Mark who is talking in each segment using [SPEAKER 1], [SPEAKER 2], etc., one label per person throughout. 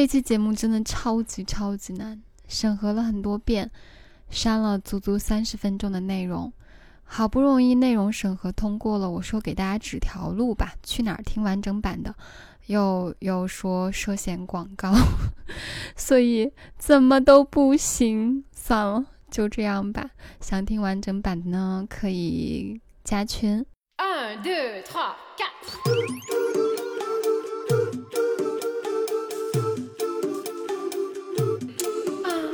[SPEAKER 1] 这期节目真的超级超级难，审核了很多遍，删了足足三十分钟的内容。好不容易内容审核通过了，我说给大家指条路吧，去哪儿听完整版的？又又说涉嫌广告， 所以怎么都不行。算了，就这样吧。想听完整版的呢，可以加群。
[SPEAKER 2] Un, deux, trois, quatre.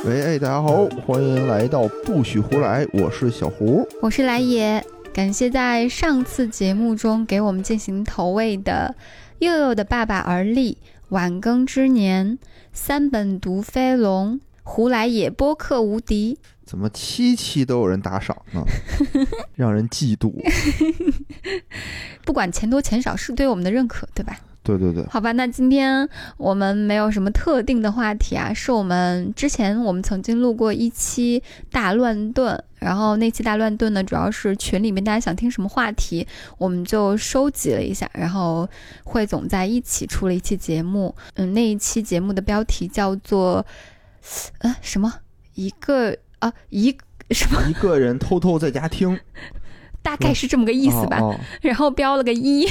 [SPEAKER 3] 喂，哎，大家好，
[SPEAKER 1] 嗯
[SPEAKER 3] 欢迎来到不许胡来，我是小胡。
[SPEAKER 1] 我是来也，感谢在上次节目中给我们进行投喂的佑佑的爸爸而立、晚更之年、三本毒飞龙、胡来也播客无敌。
[SPEAKER 3] 怎么七期都有人打赏 呢？让人嫉妒。
[SPEAKER 1] 不管钱多钱少，是对我们的认可，对吧？
[SPEAKER 3] 对对对，
[SPEAKER 1] 好吧，那今天我们没有什么特定的话题啊，是我们之前我们曾经录过一期大乱炖，然后那期大乱炖呢，主要是群里面大家想听什么话题，我们就收集了一下，然后汇总在一起出了一期节目。嗯，那一期节目的标题叫做呃什么一个啊一什么，
[SPEAKER 3] 一个人偷偷在家听，
[SPEAKER 1] 大概是这么个意思吧。
[SPEAKER 3] 哦哦
[SPEAKER 1] 然后标了个一，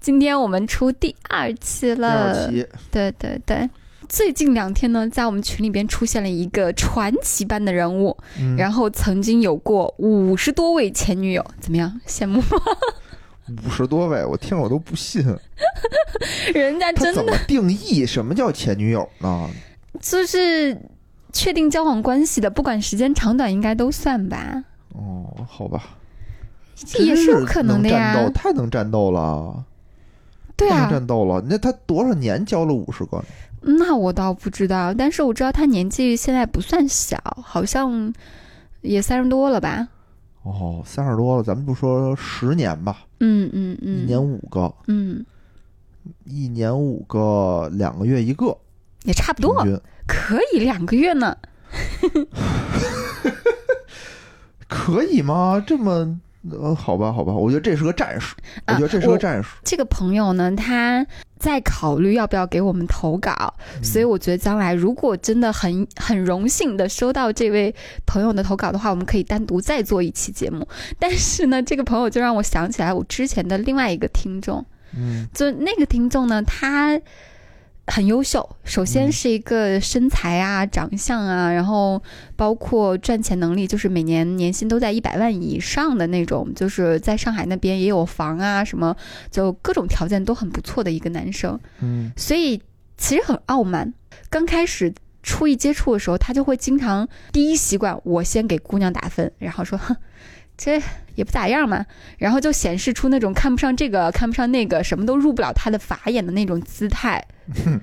[SPEAKER 1] 今天我们出第二期
[SPEAKER 3] 第
[SPEAKER 1] 了。
[SPEAKER 3] 二期，
[SPEAKER 1] 对对对，最近两天呢，在我们群里边出现了一个传奇般的人物，
[SPEAKER 3] 嗯，
[SPEAKER 1] 然后曾经有过五十多位前女友，怎么样？羡慕吗？
[SPEAKER 3] 五十多位，我听我都不信，
[SPEAKER 1] 人家
[SPEAKER 3] 他
[SPEAKER 1] 真
[SPEAKER 3] 怎
[SPEAKER 1] 的
[SPEAKER 3] 么定义什么叫前女友呢？
[SPEAKER 1] 就是确定交往关系的，不管时间长短，应该都算吧，
[SPEAKER 3] 哦，好吧，
[SPEAKER 1] 这也是有可
[SPEAKER 3] 能
[SPEAKER 1] 的
[SPEAKER 3] 战
[SPEAKER 1] 呀
[SPEAKER 3] 斗。太能战斗了，
[SPEAKER 1] 对
[SPEAKER 3] 太能
[SPEAKER 1] 啊，
[SPEAKER 3] 战斗了。那他多少年交了五十个呢？
[SPEAKER 1] 那我倒不知道，但是我知道他年纪现在不算小，好像也三十多了吧。
[SPEAKER 3] 哦，三十多了，咱们就说十年吧，
[SPEAKER 1] 嗯嗯
[SPEAKER 3] 一
[SPEAKER 1] 嗯，
[SPEAKER 3] 年五个，
[SPEAKER 1] 嗯
[SPEAKER 3] 一年五个，两个月一个，
[SPEAKER 1] 也差不
[SPEAKER 3] 平
[SPEAKER 1] 多，
[SPEAKER 3] 均。
[SPEAKER 1] 可以两个月呢。
[SPEAKER 3] 可以吗？这么呃，好吧，好吧，我觉得这是个战术，我觉得这是
[SPEAKER 1] 啊我
[SPEAKER 3] 个战术。
[SPEAKER 1] 这个朋友呢，他在考虑要不要给我们投稿，
[SPEAKER 3] 嗯
[SPEAKER 1] 所以我觉得将来如果真的很很荣幸的收到这位朋友的投稿的话，我们可以单独再做一期节目。但是呢，这个朋友就让我想起来我之前的另外一个听众，
[SPEAKER 3] 嗯，
[SPEAKER 1] 就那个听众呢，他。很优秀，首先
[SPEAKER 3] 嗯
[SPEAKER 1] 是一个身材啊、长相啊，然后包括赚钱能力，就是每年年薪都在一百万以上的那种，就是在上海那边也有房啊，什么就各种条件都很不错的一个男生，
[SPEAKER 3] 嗯
[SPEAKER 1] 所以其实很傲慢。刚开始初一接触的时候，他就会经常第一习惯我先给姑娘打分，然后说哼。这也不咋样嘛，然后就显示出那种看不上这个、看不上那个，什么都入不了他的法眼的那种姿态。
[SPEAKER 3] 嗯，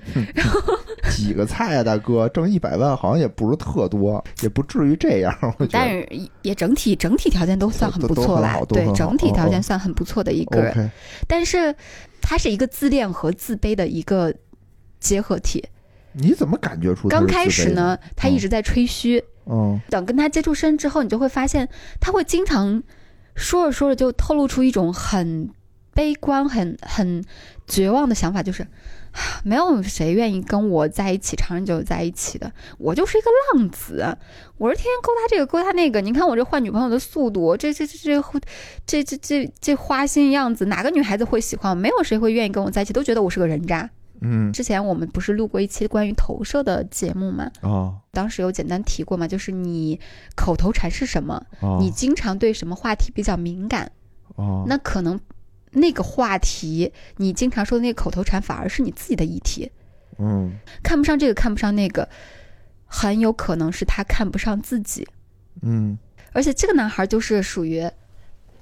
[SPEAKER 3] 几个菜啊，大哥，挣一百万好像也不是特多，也不至于这样。 我觉
[SPEAKER 1] 但
[SPEAKER 3] 得
[SPEAKER 1] 是也整体整体条件都算很不错啦
[SPEAKER 3] 都都很好，都很
[SPEAKER 1] 对
[SPEAKER 3] 好，
[SPEAKER 1] 整体条
[SPEAKER 3] 哦
[SPEAKER 1] 件
[SPEAKER 3] 哦
[SPEAKER 1] 算很不错的一个人。
[SPEAKER 3] OK，
[SPEAKER 1] 但是他是一个自恋和自卑的一个结合体。
[SPEAKER 3] 你怎么感觉出他
[SPEAKER 1] 刚
[SPEAKER 3] 是
[SPEAKER 1] 开
[SPEAKER 3] 自
[SPEAKER 1] 始
[SPEAKER 3] 卑的？
[SPEAKER 1] 呢，他一直在吹嘘，
[SPEAKER 3] 嗯，
[SPEAKER 1] 等跟他接触深之后，你就会发现他会经常说着说着就透露出一种很悲观、很很绝望的想法，就是。啊没有谁愿意跟我在一起长久在一起的，我就是一个浪子，我是天天勾搭这个勾搭那个。你看我这换女朋友的速度，这这这这这这这这花心样子，哪个女孩子会喜欢我？没有谁会愿意跟我在一起，都觉得我是个人渣。
[SPEAKER 3] 嗯
[SPEAKER 1] 之前我们不是录过一期关于投射的节目吗？
[SPEAKER 3] 啊
[SPEAKER 1] 当时有简单提过嘛，就是你口头禅是什么，
[SPEAKER 3] 啊，
[SPEAKER 1] 你经常对什么话题比较敏感，
[SPEAKER 3] 啊，
[SPEAKER 1] 那可能那个话题你经常说的那个口头禅反而是你自己的议题，
[SPEAKER 3] 嗯
[SPEAKER 1] 看不上这个，看不上那个，很有可能是他看不上自己。
[SPEAKER 3] 嗯
[SPEAKER 1] 而且这个男孩就是属于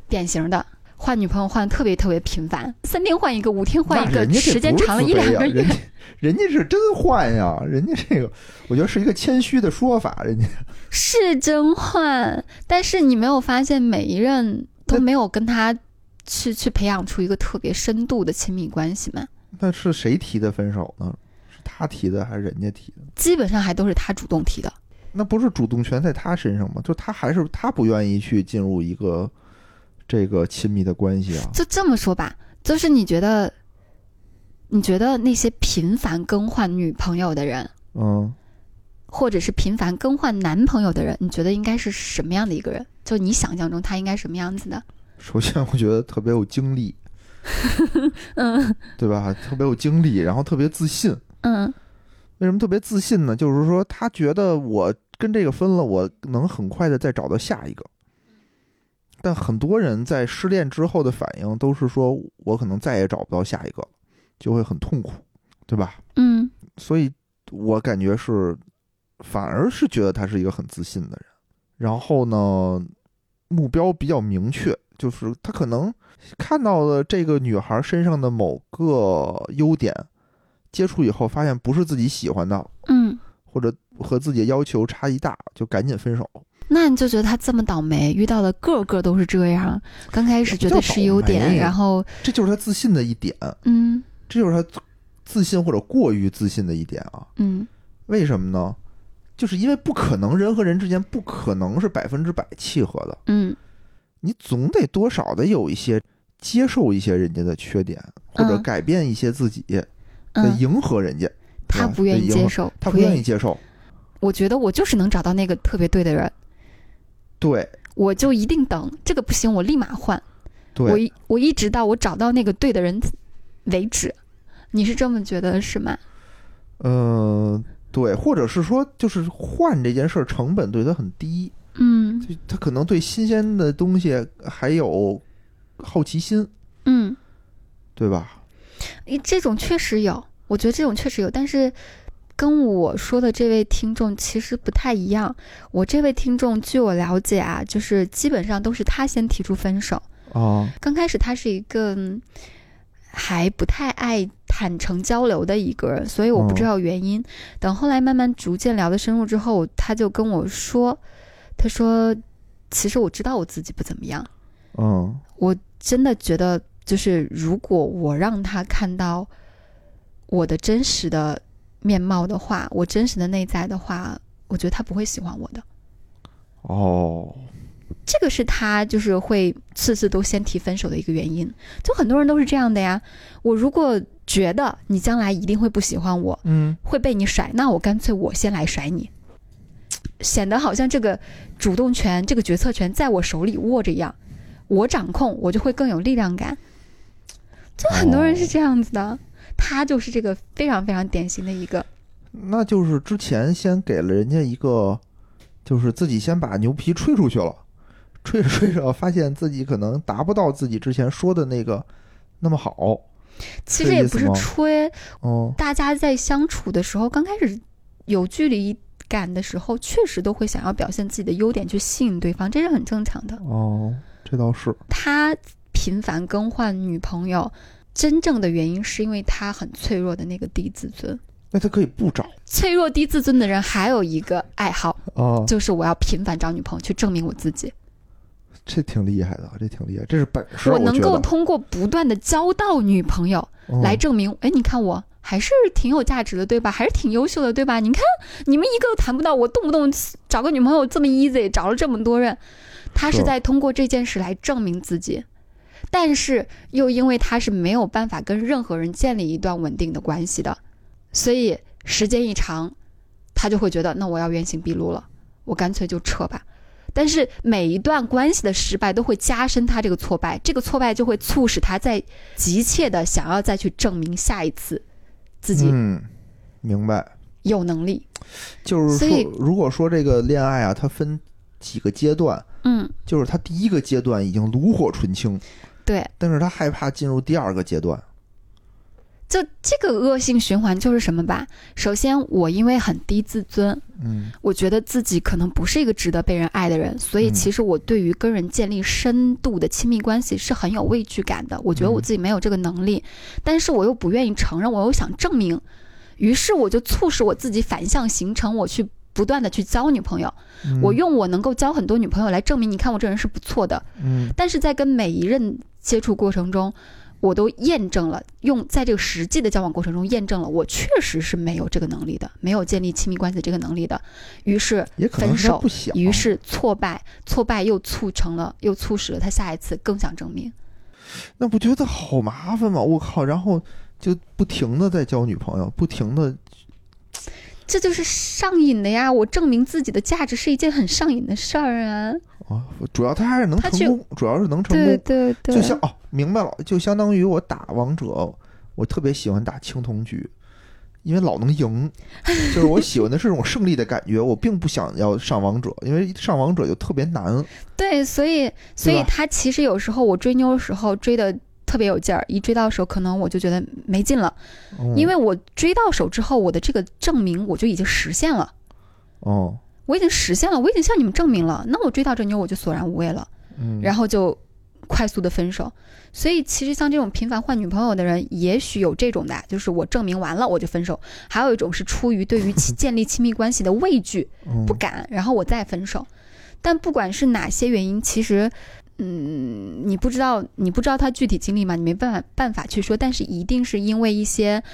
[SPEAKER 1] 典型的。换女朋友换的特别特别频繁，三天换一个，五天换一
[SPEAKER 3] 那
[SPEAKER 1] 个，
[SPEAKER 3] 人家这
[SPEAKER 1] 时间
[SPEAKER 3] 不是
[SPEAKER 1] 长了
[SPEAKER 3] 自
[SPEAKER 1] 一两
[SPEAKER 3] 卑啊
[SPEAKER 1] 个月
[SPEAKER 3] 人。家人家是真换呀，人家这个我觉得是一个谦虚的说法，人家
[SPEAKER 1] 是真换，但是你没有发现每一任都没有跟他去去培养出一个特别深度的亲密关系吗？
[SPEAKER 3] 那是谁提的分手呢？是他提的还是人家提的？
[SPEAKER 1] 基本上还都是他主动提的。
[SPEAKER 3] 那不是主动权在他身上吗？就他还是他不愿意去进入一个这个亲密的关系啊。
[SPEAKER 1] 就这么说吧，就是你觉得你觉得那些频繁更换女朋友的人，
[SPEAKER 3] 嗯，
[SPEAKER 1] 或者是频繁更换男朋友的人，你觉得应该是什么样的一个人？就你想象中他应该什么样子的？
[SPEAKER 3] 首先我觉得特别有精力，
[SPEAKER 1] 嗯
[SPEAKER 3] 对吧？特别有精力，然后特别自信。
[SPEAKER 1] 嗯
[SPEAKER 3] 为什么特别自信呢？就是说他觉得我跟这个分了，我能很快的再找到下一个。但很多人在失恋之后的反应都是说，我可能再也找不到下一个了，就会很痛苦，对吧？
[SPEAKER 1] 嗯
[SPEAKER 3] 所以我感觉是，反而是觉得他是一个很自信的人。然后呢，目标比较明确，就是他可能看到了这个女孩身上的某个优点，接触以后发现不是自己喜欢的，
[SPEAKER 1] 嗯，
[SPEAKER 3] 或者和自己的要求差异大，就赶紧分手。
[SPEAKER 1] 那你就觉得他这么倒霉，遇到的个个都是这样。刚开始觉得是优
[SPEAKER 3] 倒
[SPEAKER 1] 点，
[SPEAKER 3] 霉
[SPEAKER 1] 然后
[SPEAKER 3] 这就是他自信的一点，
[SPEAKER 1] 嗯
[SPEAKER 3] 这就是他自信或者过于自信的一点啊。
[SPEAKER 1] 嗯
[SPEAKER 3] 为什么呢？就是因为不可能，人和人之间不可能是百分之百契合的。
[SPEAKER 1] 嗯
[SPEAKER 3] 你总得多少的有一些接受一些人家的缺点，或者
[SPEAKER 1] 嗯
[SPEAKER 3] 改变一些自己，来
[SPEAKER 1] 嗯，
[SPEAKER 3] 迎合人家。
[SPEAKER 1] 他不愿意
[SPEAKER 3] 对迎
[SPEAKER 1] 接
[SPEAKER 3] 合
[SPEAKER 1] 受，
[SPEAKER 3] 他不愿意。接受，
[SPEAKER 1] 我觉得我就是能找到那个特别对的人，
[SPEAKER 3] 对
[SPEAKER 1] 我就一定等这个不行，我立马换。我
[SPEAKER 3] 对，
[SPEAKER 1] 一我一直到我找到那个对的人为止。你是这么觉得是吗？
[SPEAKER 3] 嗯、对，或者是说，就是换这件事儿成本对他很低，
[SPEAKER 1] 嗯
[SPEAKER 3] 就他可能对新鲜的东西还有好奇心，
[SPEAKER 1] 嗯，
[SPEAKER 3] 对吧？
[SPEAKER 1] 诶这种确实有，我觉得这种确实有，但是跟我说的这位听众其实不太一样。我这位听众，据我了解啊，就是基本上都是他先提出分手。
[SPEAKER 3] 啊，
[SPEAKER 1] 刚开始他是一个嗯还不太爱坦诚交流的一个人，所以我不知道原因。等后来慢慢逐渐聊得深入之后，他就跟我说，他说其实我知道我自己不怎么样，
[SPEAKER 3] 嗯
[SPEAKER 1] 我真的觉得就是如果我让他看到我的真实的面貌的话，我真实的内在的话，我觉得他不会喜欢我的。
[SPEAKER 3] 哦，
[SPEAKER 1] 这个是他就是会次次都先提分手的一个原因。就很多人都是这样的呀。我如果觉得你将来一定会不喜欢我，
[SPEAKER 3] 嗯，
[SPEAKER 1] 会被你甩，那我干脆我先来甩你，显得好像这个主动权、这个决策权在我手里握着一样，我掌控，我就会更有力量感。就很多人是这样子的，
[SPEAKER 3] 哦
[SPEAKER 1] 他就是这个非常非常典型的一个，
[SPEAKER 3] 那就是之前先给了人家一个，就是自己先把牛皮吹出去了，吹着吹着发现自己可能达不到自己之前说的那个那么好，
[SPEAKER 1] 其实也不
[SPEAKER 3] 这
[SPEAKER 1] 是
[SPEAKER 3] 意思吗
[SPEAKER 1] 吹，
[SPEAKER 3] 嗯
[SPEAKER 1] 大家在相处的时候，刚开始有距离感的时候，确实都会想要表现自己的优点去吸引对方，这是很正常的。
[SPEAKER 3] 哦，这倒是，
[SPEAKER 1] 他频繁更换女朋友，真正的原因是因为他很脆弱的那个低自尊。
[SPEAKER 3] 那他可以不找
[SPEAKER 1] 脆弱低自尊的人还有一个爱好，
[SPEAKER 3] 啊，
[SPEAKER 1] 就是我要频繁找女朋友去证明我自己，
[SPEAKER 3] 这挺厉害的，这挺厉害，这是本事，
[SPEAKER 1] 我
[SPEAKER 3] 我
[SPEAKER 1] 能
[SPEAKER 3] 觉
[SPEAKER 1] 够
[SPEAKER 3] 得
[SPEAKER 1] 通过不断的交到女朋友
[SPEAKER 3] 嗯
[SPEAKER 1] 来证明，哎，你看我还是挺有价值的，对吧？还是挺优秀的，对吧？你看你们一个都谈不到，我动不动找个女朋友这么 easy，找了这么多人，他是
[SPEAKER 3] 是
[SPEAKER 1] 在通过这件事来证明自己，但是又因为他是没有办法跟任何人建立一段稳定的关系的，所以时间一长，他就会觉得，那我要原形毕露了，我干脆就撤吧。但是每一段关系的失败都会加深他这个挫败，这个挫败就会促使他在急切的想要再去证明下一次自己
[SPEAKER 3] 嗯，明白，
[SPEAKER 1] 有能力。
[SPEAKER 3] 就是
[SPEAKER 1] 所以
[SPEAKER 3] 说，如果说这个恋爱啊，它分几个阶段，
[SPEAKER 1] 嗯，
[SPEAKER 3] 就是他第一个阶段已经炉火纯青，
[SPEAKER 1] 对，
[SPEAKER 3] 但是他害怕进入第二个阶段，
[SPEAKER 1] 就这个恶性循环就是什么吧？首先，我因为很低自尊，
[SPEAKER 3] 嗯
[SPEAKER 1] 我觉得自己可能不是一个值得被人爱的人，所以
[SPEAKER 3] 嗯
[SPEAKER 1] 其实我对于跟人建立深度的亲密关系是很有畏惧感的。我
[SPEAKER 3] 嗯
[SPEAKER 1] 觉得我自己没有这个能力，但是我又不愿意承认，我又想证明，于是我就促使我自己反向形成我去。不断的去交女朋友，
[SPEAKER 3] 嗯
[SPEAKER 1] 我用我能够交很多女朋友来证明，你看我这人是不错的。
[SPEAKER 3] 嗯
[SPEAKER 1] 但是在跟每一任接触过程中，我都验证了，用在这个实际的交往过程中验证了，我确实是没有这个能力的，没有建立亲密关系的这个能力的。于是，
[SPEAKER 3] 也可能是
[SPEAKER 1] 分
[SPEAKER 3] 他
[SPEAKER 1] 手
[SPEAKER 3] 不想，
[SPEAKER 1] 于是挫败，挫败又促成了，又促使了他下一次更想证明。
[SPEAKER 3] 那不觉得好麻烦吗？我靠！然后就不停的在交女朋友，不停的
[SPEAKER 1] 这就是上瘾的呀！我证明自己的价值是一件很上瘾的事儿啊！
[SPEAKER 3] 啊，主要他还是能
[SPEAKER 1] 他
[SPEAKER 3] 成
[SPEAKER 1] 去
[SPEAKER 3] 功，主要是能成
[SPEAKER 1] 对
[SPEAKER 3] 功，
[SPEAKER 1] 对对，
[SPEAKER 3] 就像哦，明白了，就相当于我打王者，我特别喜欢打青铜局，因为老能赢，就是我喜欢的是这种胜利的感觉，我并不想要上王者，因为上王者就特别难，
[SPEAKER 1] 对，所以所以
[SPEAKER 3] 吧
[SPEAKER 1] 他其实有时候我追妞的时候追的特别有劲儿，一追到手可能我就觉得没劲了，
[SPEAKER 3] 嗯、
[SPEAKER 1] 因为我追到手之后，我的这个证明我就已经实现了，
[SPEAKER 3] 哦，
[SPEAKER 1] 我已经实现了，我已经向你们证明了，那我追到这妞我就索然无味了，
[SPEAKER 3] 嗯，
[SPEAKER 1] 然后就快速的分手。所以其实像这种频繁换女朋友的人，也许有这种的，就是我证明完了我就分手；还有一种是出于对于 亲建立亲密关系的畏惧，
[SPEAKER 3] 嗯
[SPEAKER 1] 不敢，然后我再分手。但不管是哪些原因，其实，嗯，你不知道，你不知道他具体经历嘛，你没办法办法去说。但是一定是因为一些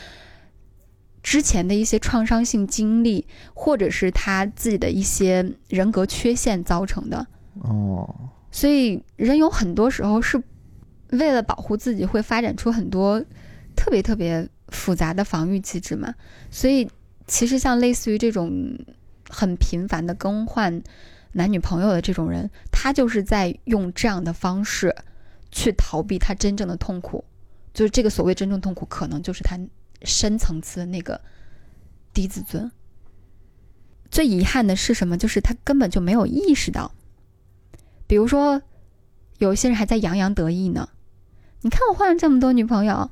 [SPEAKER 1] 之前的一些创伤性经历，或者是他自己的一些人格缺陷造成的。
[SPEAKER 3] 哦，
[SPEAKER 1] 所以人有很多时候是为了保护自己，会发展出很多特别特别复杂的防御机制嘛。所以其实像类似于这种很频繁的更换男女朋友的这种人，他就是在用这样的方式去逃避他真正的痛苦，就是这个所谓真正痛苦，可能就是他深层次的那个低自尊。最遗憾的是什么？就是他根本就没有意识到。比如说，有一些人还在洋洋得意呢。你看我换了这么多女朋友，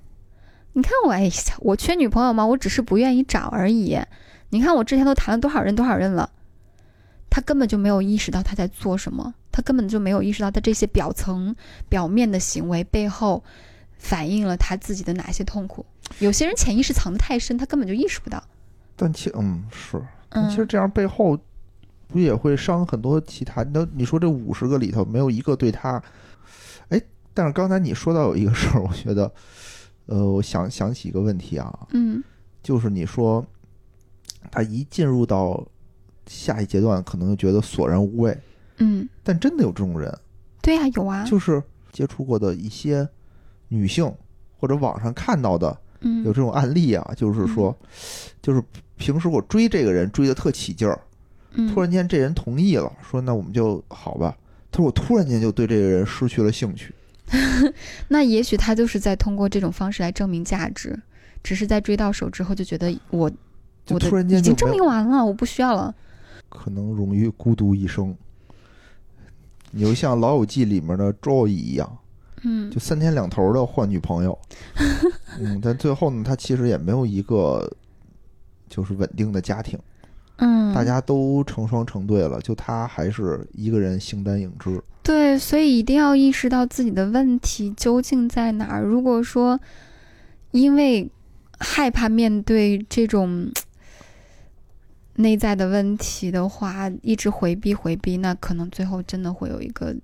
[SPEAKER 1] 你看我，哎呀，我缺女朋友吗？我只是不愿意找而已。你看我之前都谈了多少任多少任了，他根本就没有意识到他在做什么，他根本就没有意识到他这些表层、表面的行为背后反映了他自己的哪些痛苦。有些人潜意识藏得太深，他根本就意识不到。
[SPEAKER 3] 但其嗯是，
[SPEAKER 1] 嗯，
[SPEAKER 3] 其实这样背后不也会伤很多其他？那你说这五十个里头没有一个对他，哎，但是刚才你说到有一个事儿，我觉得，呃，我想想起一个问题啊，
[SPEAKER 1] 嗯
[SPEAKER 3] 就是你说他一进入到下一阶段，可能就觉得索然无味，
[SPEAKER 1] 嗯，
[SPEAKER 3] 但真的有这种人，
[SPEAKER 1] 对呀、有啊，
[SPEAKER 3] 就是接触过的一些女性或者网上看到的
[SPEAKER 1] 嗯
[SPEAKER 3] 有这种案例啊，就是说，就是平时我追这个人追的特起劲儿。
[SPEAKER 1] 嗯
[SPEAKER 3] 突然间这人同意了，说那我们就好吧。他说我突然间就对这个人失去了兴趣。
[SPEAKER 1] 那也许他就是在通过这种方式来证明价值，只是在追到手之后就觉得我
[SPEAKER 3] 就
[SPEAKER 1] 我的
[SPEAKER 3] 突然间
[SPEAKER 1] 已
[SPEAKER 3] 就
[SPEAKER 1] 经
[SPEAKER 3] 没
[SPEAKER 1] 证
[SPEAKER 3] 有
[SPEAKER 1] 明完了，我不需要了。
[SPEAKER 3] 可能容于孤独一生。你就像《老友记》里面的 Joy 一样，
[SPEAKER 1] 嗯
[SPEAKER 3] 就三天两头的换女 朋友。嗯，但最后呢，他其实也没有一个就是稳定的家庭，
[SPEAKER 1] 嗯，
[SPEAKER 3] 大家都成双成对了，就他还是一个人形单影只。
[SPEAKER 1] 对，所以一定要意识到自己的问题究竟在哪儿。如果说因为害怕面对这种内在的问题的话，一直回避回避，那可能最后真的会有一个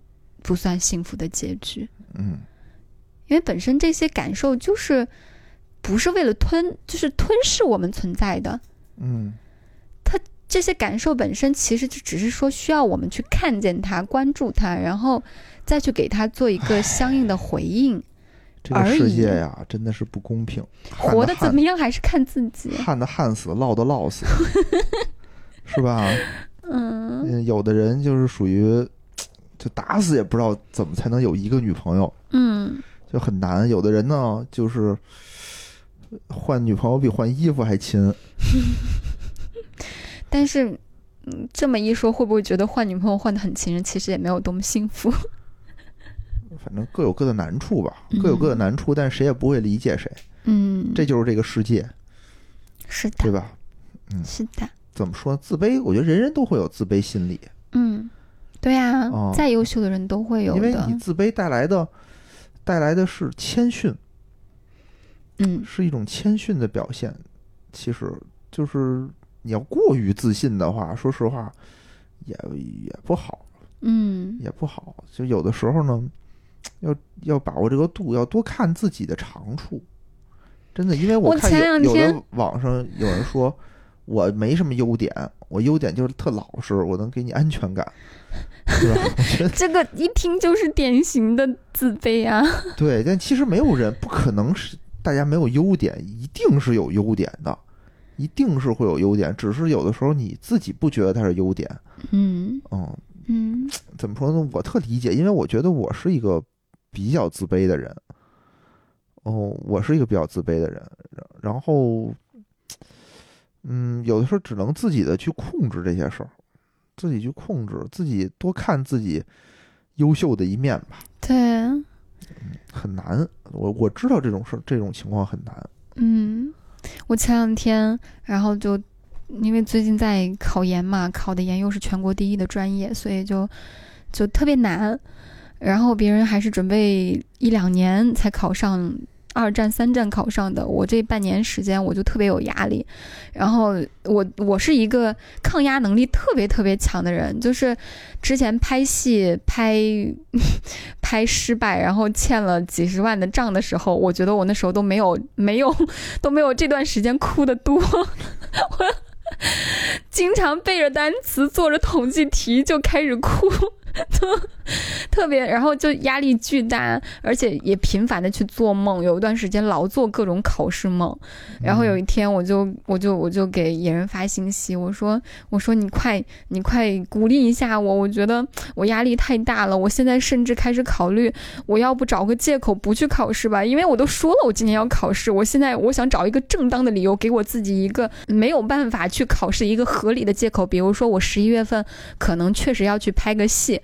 [SPEAKER 1] 不算幸福的结局。
[SPEAKER 3] 嗯，
[SPEAKER 1] 因为本身这些感受就是不是为了吞，就是吞噬我们存在的。
[SPEAKER 3] 嗯，
[SPEAKER 1] 这些感受本身其实就只是说需要我们去看见它、关注它，然后再去给它做一个相应的回 应。
[SPEAKER 3] 这个
[SPEAKER 1] 而
[SPEAKER 3] 世
[SPEAKER 1] 已
[SPEAKER 3] 界呀，真的是不公平。旱
[SPEAKER 1] 活得
[SPEAKER 3] 旱
[SPEAKER 1] 怎么样还是看自己。
[SPEAKER 3] 旱的旱死，涝的 涝死，是吧？
[SPEAKER 1] 嗯
[SPEAKER 3] 嗯，有的人就是属于，就打死也不知道怎么才能有一个女朋友，
[SPEAKER 1] 嗯，
[SPEAKER 3] 就很难。有的人呢，就是换女朋友比换衣服还勤。
[SPEAKER 1] 但是。嗯，这么一说，会不会觉得换女朋友换的很勤，其实也没有多么幸福？
[SPEAKER 3] 反正各有各的难处吧，各有各的难处，但谁也不会理解谁，
[SPEAKER 1] 嗯，
[SPEAKER 3] 这就是这个世界，
[SPEAKER 1] 是
[SPEAKER 3] 对
[SPEAKER 1] 的，
[SPEAKER 3] 吧？
[SPEAKER 1] 是的，
[SPEAKER 3] 怎么说自卑？我觉得人人都会有自卑心理，
[SPEAKER 1] 嗯，对呀、
[SPEAKER 3] 哦
[SPEAKER 1] 再优秀的人都会有
[SPEAKER 3] 因为
[SPEAKER 1] 的
[SPEAKER 3] 你，自卑带来的带来的是谦逊，
[SPEAKER 1] 嗯，
[SPEAKER 3] 是一种谦逊的表现。其实就是你要过于自信的话，说实话也也不好，
[SPEAKER 1] 嗯，
[SPEAKER 3] 也不好。就有的时候呢，要要把握这个度，要多看自己的长处。真的，因为
[SPEAKER 1] 我
[SPEAKER 3] 看
[SPEAKER 1] 前
[SPEAKER 3] 有
[SPEAKER 1] 两
[SPEAKER 3] 有的
[SPEAKER 1] 天
[SPEAKER 3] 网上有人说我没什么优点，我优点就是特老实，我能给你安全感，对吧？我觉得
[SPEAKER 1] 这个一听就是典型的自卑啊。
[SPEAKER 3] 对，但其实没有人不可能是大家没有优点，一定是有优点的，一定是会有优点，只是有的时候你自己不觉得它是优点。
[SPEAKER 1] 嗯
[SPEAKER 3] 嗯，
[SPEAKER 1] 嗯
[SPEAKER 3] 怎么说呢？我特理解，因为我觉得我是一个比较自卑的人。哦，我是一个比较自卑的人，然然后，嗯，有的时候只能自己的去控制这些事儿，自己去控制，自己多看自己优秀的一面吧，
[SPEAKER 1] 对，啊
[SPEAKER 3] 很难。我我知道这种事儿，这种情况很难。
[SPEAKER 1] 嗯，我前两天然后就因为最近在考研嘛，考的研又是全国第一的专业，所以就就特别难。然后别人还是准备一两年才考上二战、三战考上的，我这半年时间我就特别有压力。然后我我是一个抗压能力特别特别强的人，就是之前拍戏拍拍失败，然后欠了几十万的账的时候，我觉得我那时候都没有没有 都没有这段时间哭的多。 我经常背着单词做着统计题就开始哭。 就特别，然后就压力巨大，而且也频繁的去做梦，有一段时间老做各种考试梦，然
[SPEAKER 3] 嗯
[SPEAKER 1] 后有一天我就我就我就给野人发信息，我说我说你快你快鼓励一下我，我觉得我压力太大了，我现在甚至开始考虑我要不找个借口不去考试吧，因为我都说了我今年要考试，我现在我想找一个正当的理由给我自己一个没有办法去考试一个合理的借口，比如说我十一月份可能确实要去拍个戏，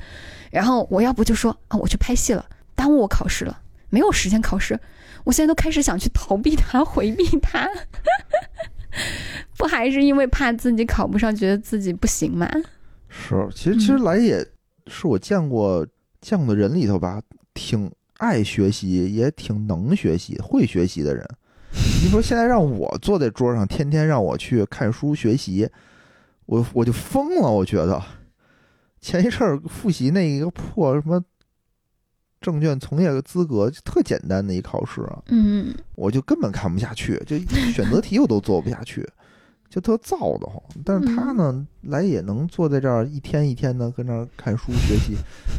[SPEAKER 1] 然后我要不就说啊我去拍戏了，耽误我考试了，没有时间考试。我现在都开始想去逃避它、 回避它，不还是因为怕自己考不上，觉得自己不行吗？
[SPEAKER 3] 是，其实其实
[SPEAKER 1] 嗯
[SPEAKER 3] 来也是我见过见过的人里头吧，挺爱学习，也挺能学习、会学习的人。你说现在让我坐在桌上，天天让我去看书学习，我我就疯了。我觉得前一阵儿复习那个破什么证券从业资格，就特简单的一考试啊，
[SPEAKER 1] 嗯，
[SPEAKER 3] 我就根本看不下去，就选择题我都做不下去，就特燥得慌。但是他
[SPEAKER 1] 嗯
[SPEAKER 3] 呢，来也能坐在这儿一天一天的跟那儿看书学习，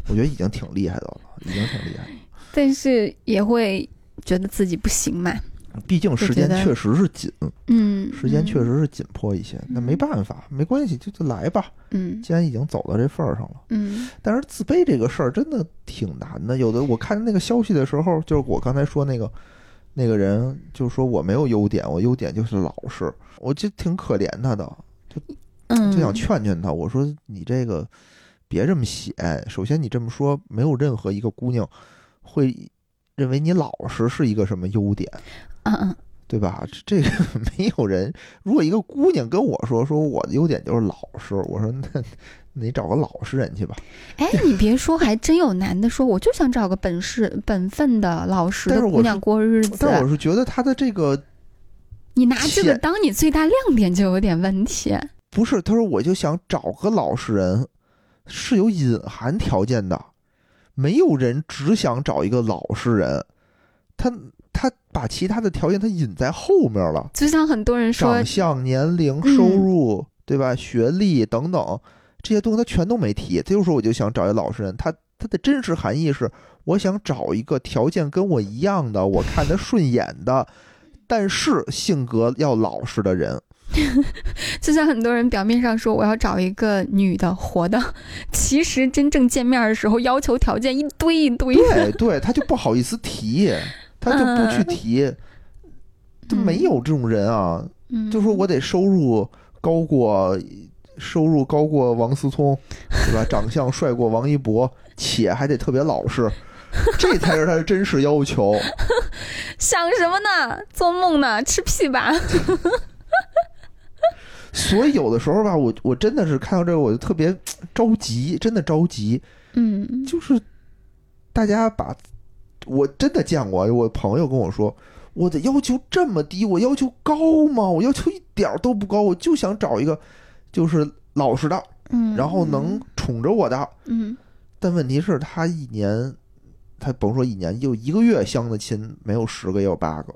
[SPEAKER 3] 我觉得已经挺厉害的了，已经挺厉害的。
[SPEAKER 1] 但是也会觉得自己不行嘛。
[SPEAKER 3] 毕竟时间
[SPEAKER 1] 我觉得
[SPEAKER 3] 确实是紧，
[SPEAKER 1] 嗯，
[SPEAKER 3] 时间确实是紧迫一些，那
[SPEAKER 1] 嗯
[SPEAKER 3] 没办法，没关系，就就来吧。
[SPEAKER 1] 嗯，
[SPEAKER 3] 既然已经走到这份儿上了，
[SPEAKER 1] 嗯
[SPEAKER 3] 但是自卑这个事儿真的挺难的。有的我看那个消息的时候，就是我刚才说那个那个人，就说我没有优点，我优点就是老实，我就挺可怜他的，
[SPEAKER 1] 嗯，
[SPEAKER 3] 就想劝劝他。我说你这个别这么写，首先你这么说，没有任何一个姑娘会认为你老实是一个什么优点。
[SPEAKER 1] 嗯嗯
[SPEAKER 3] 对吧？这这个 没有人。如果一个姑娘跟我说说我的优点就是老实，我说那你找个老实人去吧。
[SPEAKER 1] 哎，你别说，还真有男的说，我就想找个本事、本分的、老实
[SPEAKER 3] 但
[SPEAKER 1] 的
[SPEAKER 3] 是我
[SPEAKER 1] 姑娘
[SPEAKER 3] 是
[SPEAKER 1] 过日子。
[SPEAKER 3] 但我是觉得他的这个
[SPEAKER 1] 你拿这个
[SPEAKER 3] 切
[SPEAKER 1] 当你最大亮点，就有点问题。
[SPEAKER 3] 不是，他说我就想找个老实人，是有隐含条件的，没有人只想找一个老实人，他他把其他的条件他隐在后面了，
[SPEAKER 1] 就像很多人说
[SPEAKER 3] 长，相、年龄、
[SPEAKER 1] 嗯
[SPEAKER 3] 收入，对吧？学历等等这些东西他全都没提，他就说我就想找一老实人，他他的真实含义是我想找一个条件跟我一样的，我看得顺眼的，但是性格要老实的人。
[SPEAKER 1] 就像很多人表面上说我要找一个女的活的，其实真正见面的时候要求条件一堆一堆的，
[SPEAKER 3] 对对，他就不好意思提，他就不去
[SPEAKER 1] 嗯
[SPEAKER 3] 提，就没有这种人啊。
[SPEAKER 1] 嗯，
[SPEAKER 3] 就说我得收入高过，收入高过王思聪，对吧？长相帅过王一博，且还得特别老实，这才是他的真实要求。
[SPEAKER 1] 想什么呢？做梦呢？吃屁 吧！
[SPEAKER 3] 所以有的时候吧，我我真的是看到这个我就特别着急，真的着急。
[SPEAKER 1] 嗯
[SPEAKER 3] 就是大家把，我真的见过，我朋友跟我说，我的要求这么低，我要求高吗？我要求一点儿都不高，我就想找一个就是老实的，
[SPEAKER 1] 嗯，
[SPEAKER 3] 然后能宠着我的。
[SPEAKER 1] 嗯
[SPEAKER 3] 但问题是，他一年，他甭说一年，就一个月相的亲，没有十个也有八个，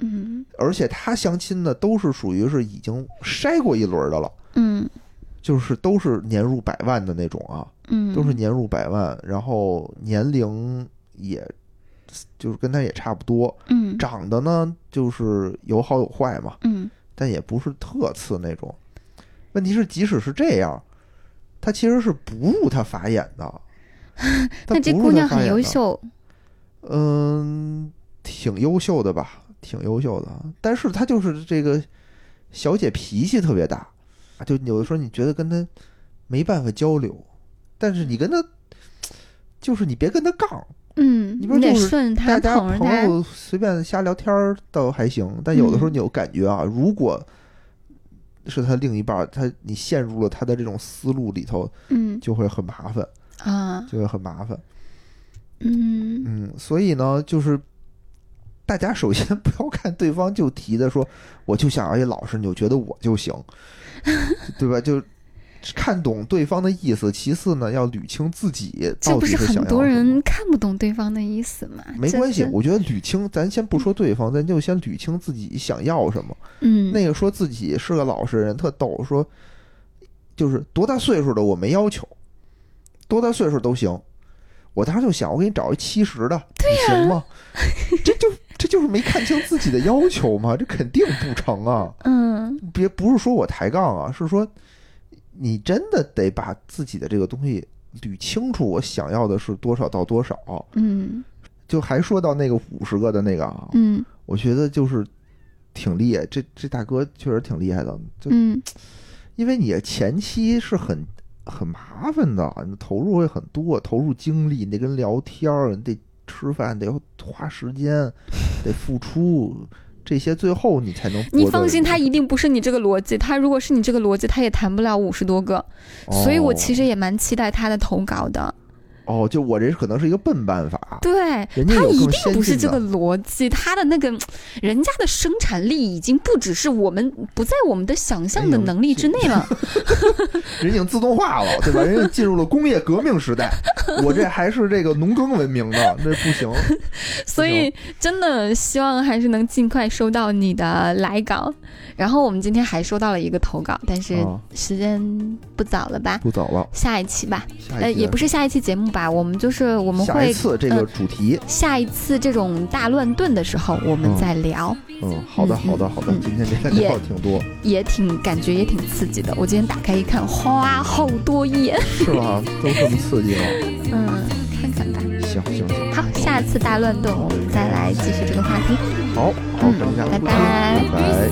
[SPEAKER 1] 嗯
[SPEAKER 3] 而且他相亲的都是属于是已经筛过一轮的了，
[SPEAKER 1] 嗯
[SPEAKER 3] 就是都是年入百万的那种啊。
[SPEAKER 1] 嗯，
[SPEAKER 3] 都是年入百万，然后年龄也就是跟他也差不多，
[SPEAKER 1] 嗯
[SPEAKER 3] 长得呢就是有好有坏嘛，
[SPEAKER 1] 嗯
[SPEAKER 3] 但也不是特次那种。问题是，即使是这样，他其实是不入他法眼 的。他
[SPEAKER 1] 那这
[SPEAKER 3] 不入
[SPEAKER 1] 姑
[SPEAKER 3] 他
[SPEAKER 1] 娘
[SPEAKER 3] 法
[SPEAKER 1] 很
[SPEAKER 3] 眼
[SPEAKER 1] 优
[SPEAKER 3] 的，
[SPEAKER 1] 秀，
[SPEAKER 3] 嗯，挺优秀的吧，挺优秀的。啊但是他就是这个小姐脾气特别大，就有的时候你觉得跟他没办法交流，但是你跟他就是你别跟他杠，
[SPEAKER 1] 嗯，
[SPEAKER 3] 你不是
[SPEAKER 1] 得
[SPEAKER 3] 就是
[SPEAKER 1] 顺
[SPEAKER 3] 大
[SPEAKER 1] 她
[SPEAKER 3] 家
[SPEAKER 1] 捧着
[SPEAKER 3] 朋
[SPEAKER 1] 她，
[SPEAKER 3] 友随便瞎聊天儿倒还行，但有的时候
[SPEAKER 1] 嗯
[SPEAKER 3] 你有感觉啊，如果是他另一半儿，他你陷入了他的这种思路里头，
[SPEAKER 1] 嗯
[SPEAKER 3] 就会很麻烦，
[SPEAKER 1] 啊
[SPEAKER 3] 就会很麻烦。
[SPEAKER 1] 嗯
[SPEAKER 3] 嗯，所以呢，就是大家首先 不要看对方就提的说，我就想要一哎老实，你就觉得我就行， 对吧？就看懂对方的意思。其次呢，要捋清自己
[SPEAKER 1] 这
[SPEAKER 3] 到
[SPEAKER 1] 不
[SPEAKER 3] 底
[SPEAKER 1] 是
[SPEAKER 3] 想要
[SPEAKER 1] 很多
[SPEAKER 3] 什么
[SPEAKER 1] 人看不懂对方的意思吗？
[SPEAKER 3] 没
[SPEAKER 1] 这
[SPEAKER 3] 关系，
[SPEAKER 1] 这
[SPEAKER 3] 我觉得捋清，咱先不说对方，咱就先捋清自己想要什么。
[SPEAKER 1] 嗯，
[SPEAKER 3] 那个说自己是个老实人，特逗，说就是多大岁数的我没要求，多大岁数都行。我当时就想，我给你找一七十的，你行吗？这就这就是没看清自己的要求嘛，这肯定不成啊！
[SPEAKER 1] 嗯
[SPEAKER 3] 别不是说我抬杠啊，是说你真的得把自己的这个东西捋清楚，我想要的是多少到多少。
[SPEAKER 1] 嗯
[SPEAKER 3] 就还说到那个五十个的那个啊，
[SPEAKER 1] 嗯
[SPEAKER 3] 我觉得就是挺厉害，这这大哥确实挺厉害的，就
[SPEAKER 1] 嗯
[SPEAKER 3] 因为你前期是很很麻烦的，你投入会很多，投入精力，你得跟人聊天儿，你得吃饭，得花时间，得付出，这些最后你才能博得人。
[SPEAKER 1] 你放心，他一定不是你这个逻辑。他如果是你这个逻辑，他也谈不了五十多个。所以我其
[SPEAKER 3] 实
[SPEAKER 1] 实也蛮期待他的投稿的。
[SPEAKER 3] 哦，就我这可能是一个笨办法，
[SPEAKER 1] 对
[SPEAKER 3] 人家
[SPEAKER 1] 他
[SPEAKER 3] 有
[SPEAKER 1] 一
[SPEAKER 3] 更
[SPEAKER 1] 定
[SPEAKER 3] 先
[SPEAKER 1] 不是
[SPEAKER 3] 进
[SPEAKER 1] 这个
[SPEAKER 3] 的
[SPEAKER 1] 逻辑，他的那个人家的生产力已经不只是我们不在我们的想象的
[SPEAKER 3] 哎呦
[SPEAKER 1] 能力之内 了。
[SPEAKER 3] 人已经自动化了，对吧？人已经进入了工业革命时代，我这还是这个农耕文明呢，这不行。
[SPEAKER 1] 所以真的希望还是能尽快收到你的来稿。然后我们今天还收到了一个投稿，但是
[SPEAKER 3] 啊
[SPEAKER 1] 时间不早了吧？
[SPEAKER 3] 不早了，
[SPEAKER 1] 下一期吧，
[SPEAKER 3] 下一
[SPEAKER 1] 呃，
[SPEAKER 3] 期
[SPEAKER 1] 也不是下一期节目吧，我们就是我们
[SPEAKER 3] 下
[SPEAKER 1] 会呃
[SPEAKER 3] 一次这个主题。
[SPEAKER 1] 下一次这种大乱炖的时候，我们再聊，
[SPEAKER 3] 嗯，好的，
[SPEAKER 1] 嗯
[SPEAKER 3] 好的，好的，
[SPEAKER 1] 嗯
[SPEAKER 3] 今天这个
[SPEAKER 1] 也
[SPEAKER 3] 料挺多，
[SPEAKER 1] 也挺感觉也挺刺激的。我今天打开一看，哇，好多页，
[SPEAKER 3] 是吧？都这么 刺激吗？
[SPEAKER 1] 嗯，看看吧。
[SPEAKER 3] 行行行，
[SPEAKER 1] 好，下次大乱炖我们再来继续这个话题。
[SPEAKER 3] 好，好，
[SPEAKER 1] 嗯
[SPEAKER 3] 咱们下次
[SPEAKER 1] 拜拜
[SPEAKER 3] 拜拜。